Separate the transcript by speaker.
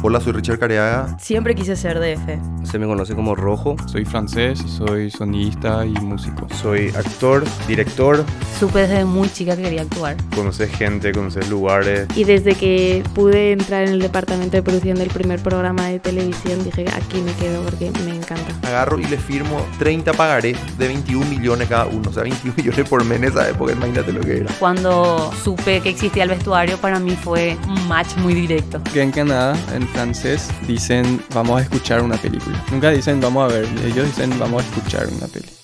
Speaker 1: Hola, soy Richard Careaga.
Speaker 2: Siempre quise ser DF.
Speaker 3: Se me conoce como Rojo.
Speaker 4: Soy francés, soy sonidista y músico.
Speaker 5: Soy actor, director.
Speaker 6: Supe desde muy chica que quería actuar.
Speaker 5: Conoces gente, conoces lugares.
Speaker 7: Y desde que pude entrar en el departamento de producción del primer programa de televisión, dije aquí me quedo porque me encanta.
Speaker 1: Agarro y le firmo 30 pagarés de 21 millones cada uno. O sea, 21 millones por mes en esa época, imagínate lo que era.
Speaker 6: Cuando supe que existía el vestuario, para mí fue un match muy directo.
Speaker 4: Que en Canadá, en francés, dicen vamos a escuchar una película. Nunca dicen vamos a ver, ellos dicen vamos a escuchar una película.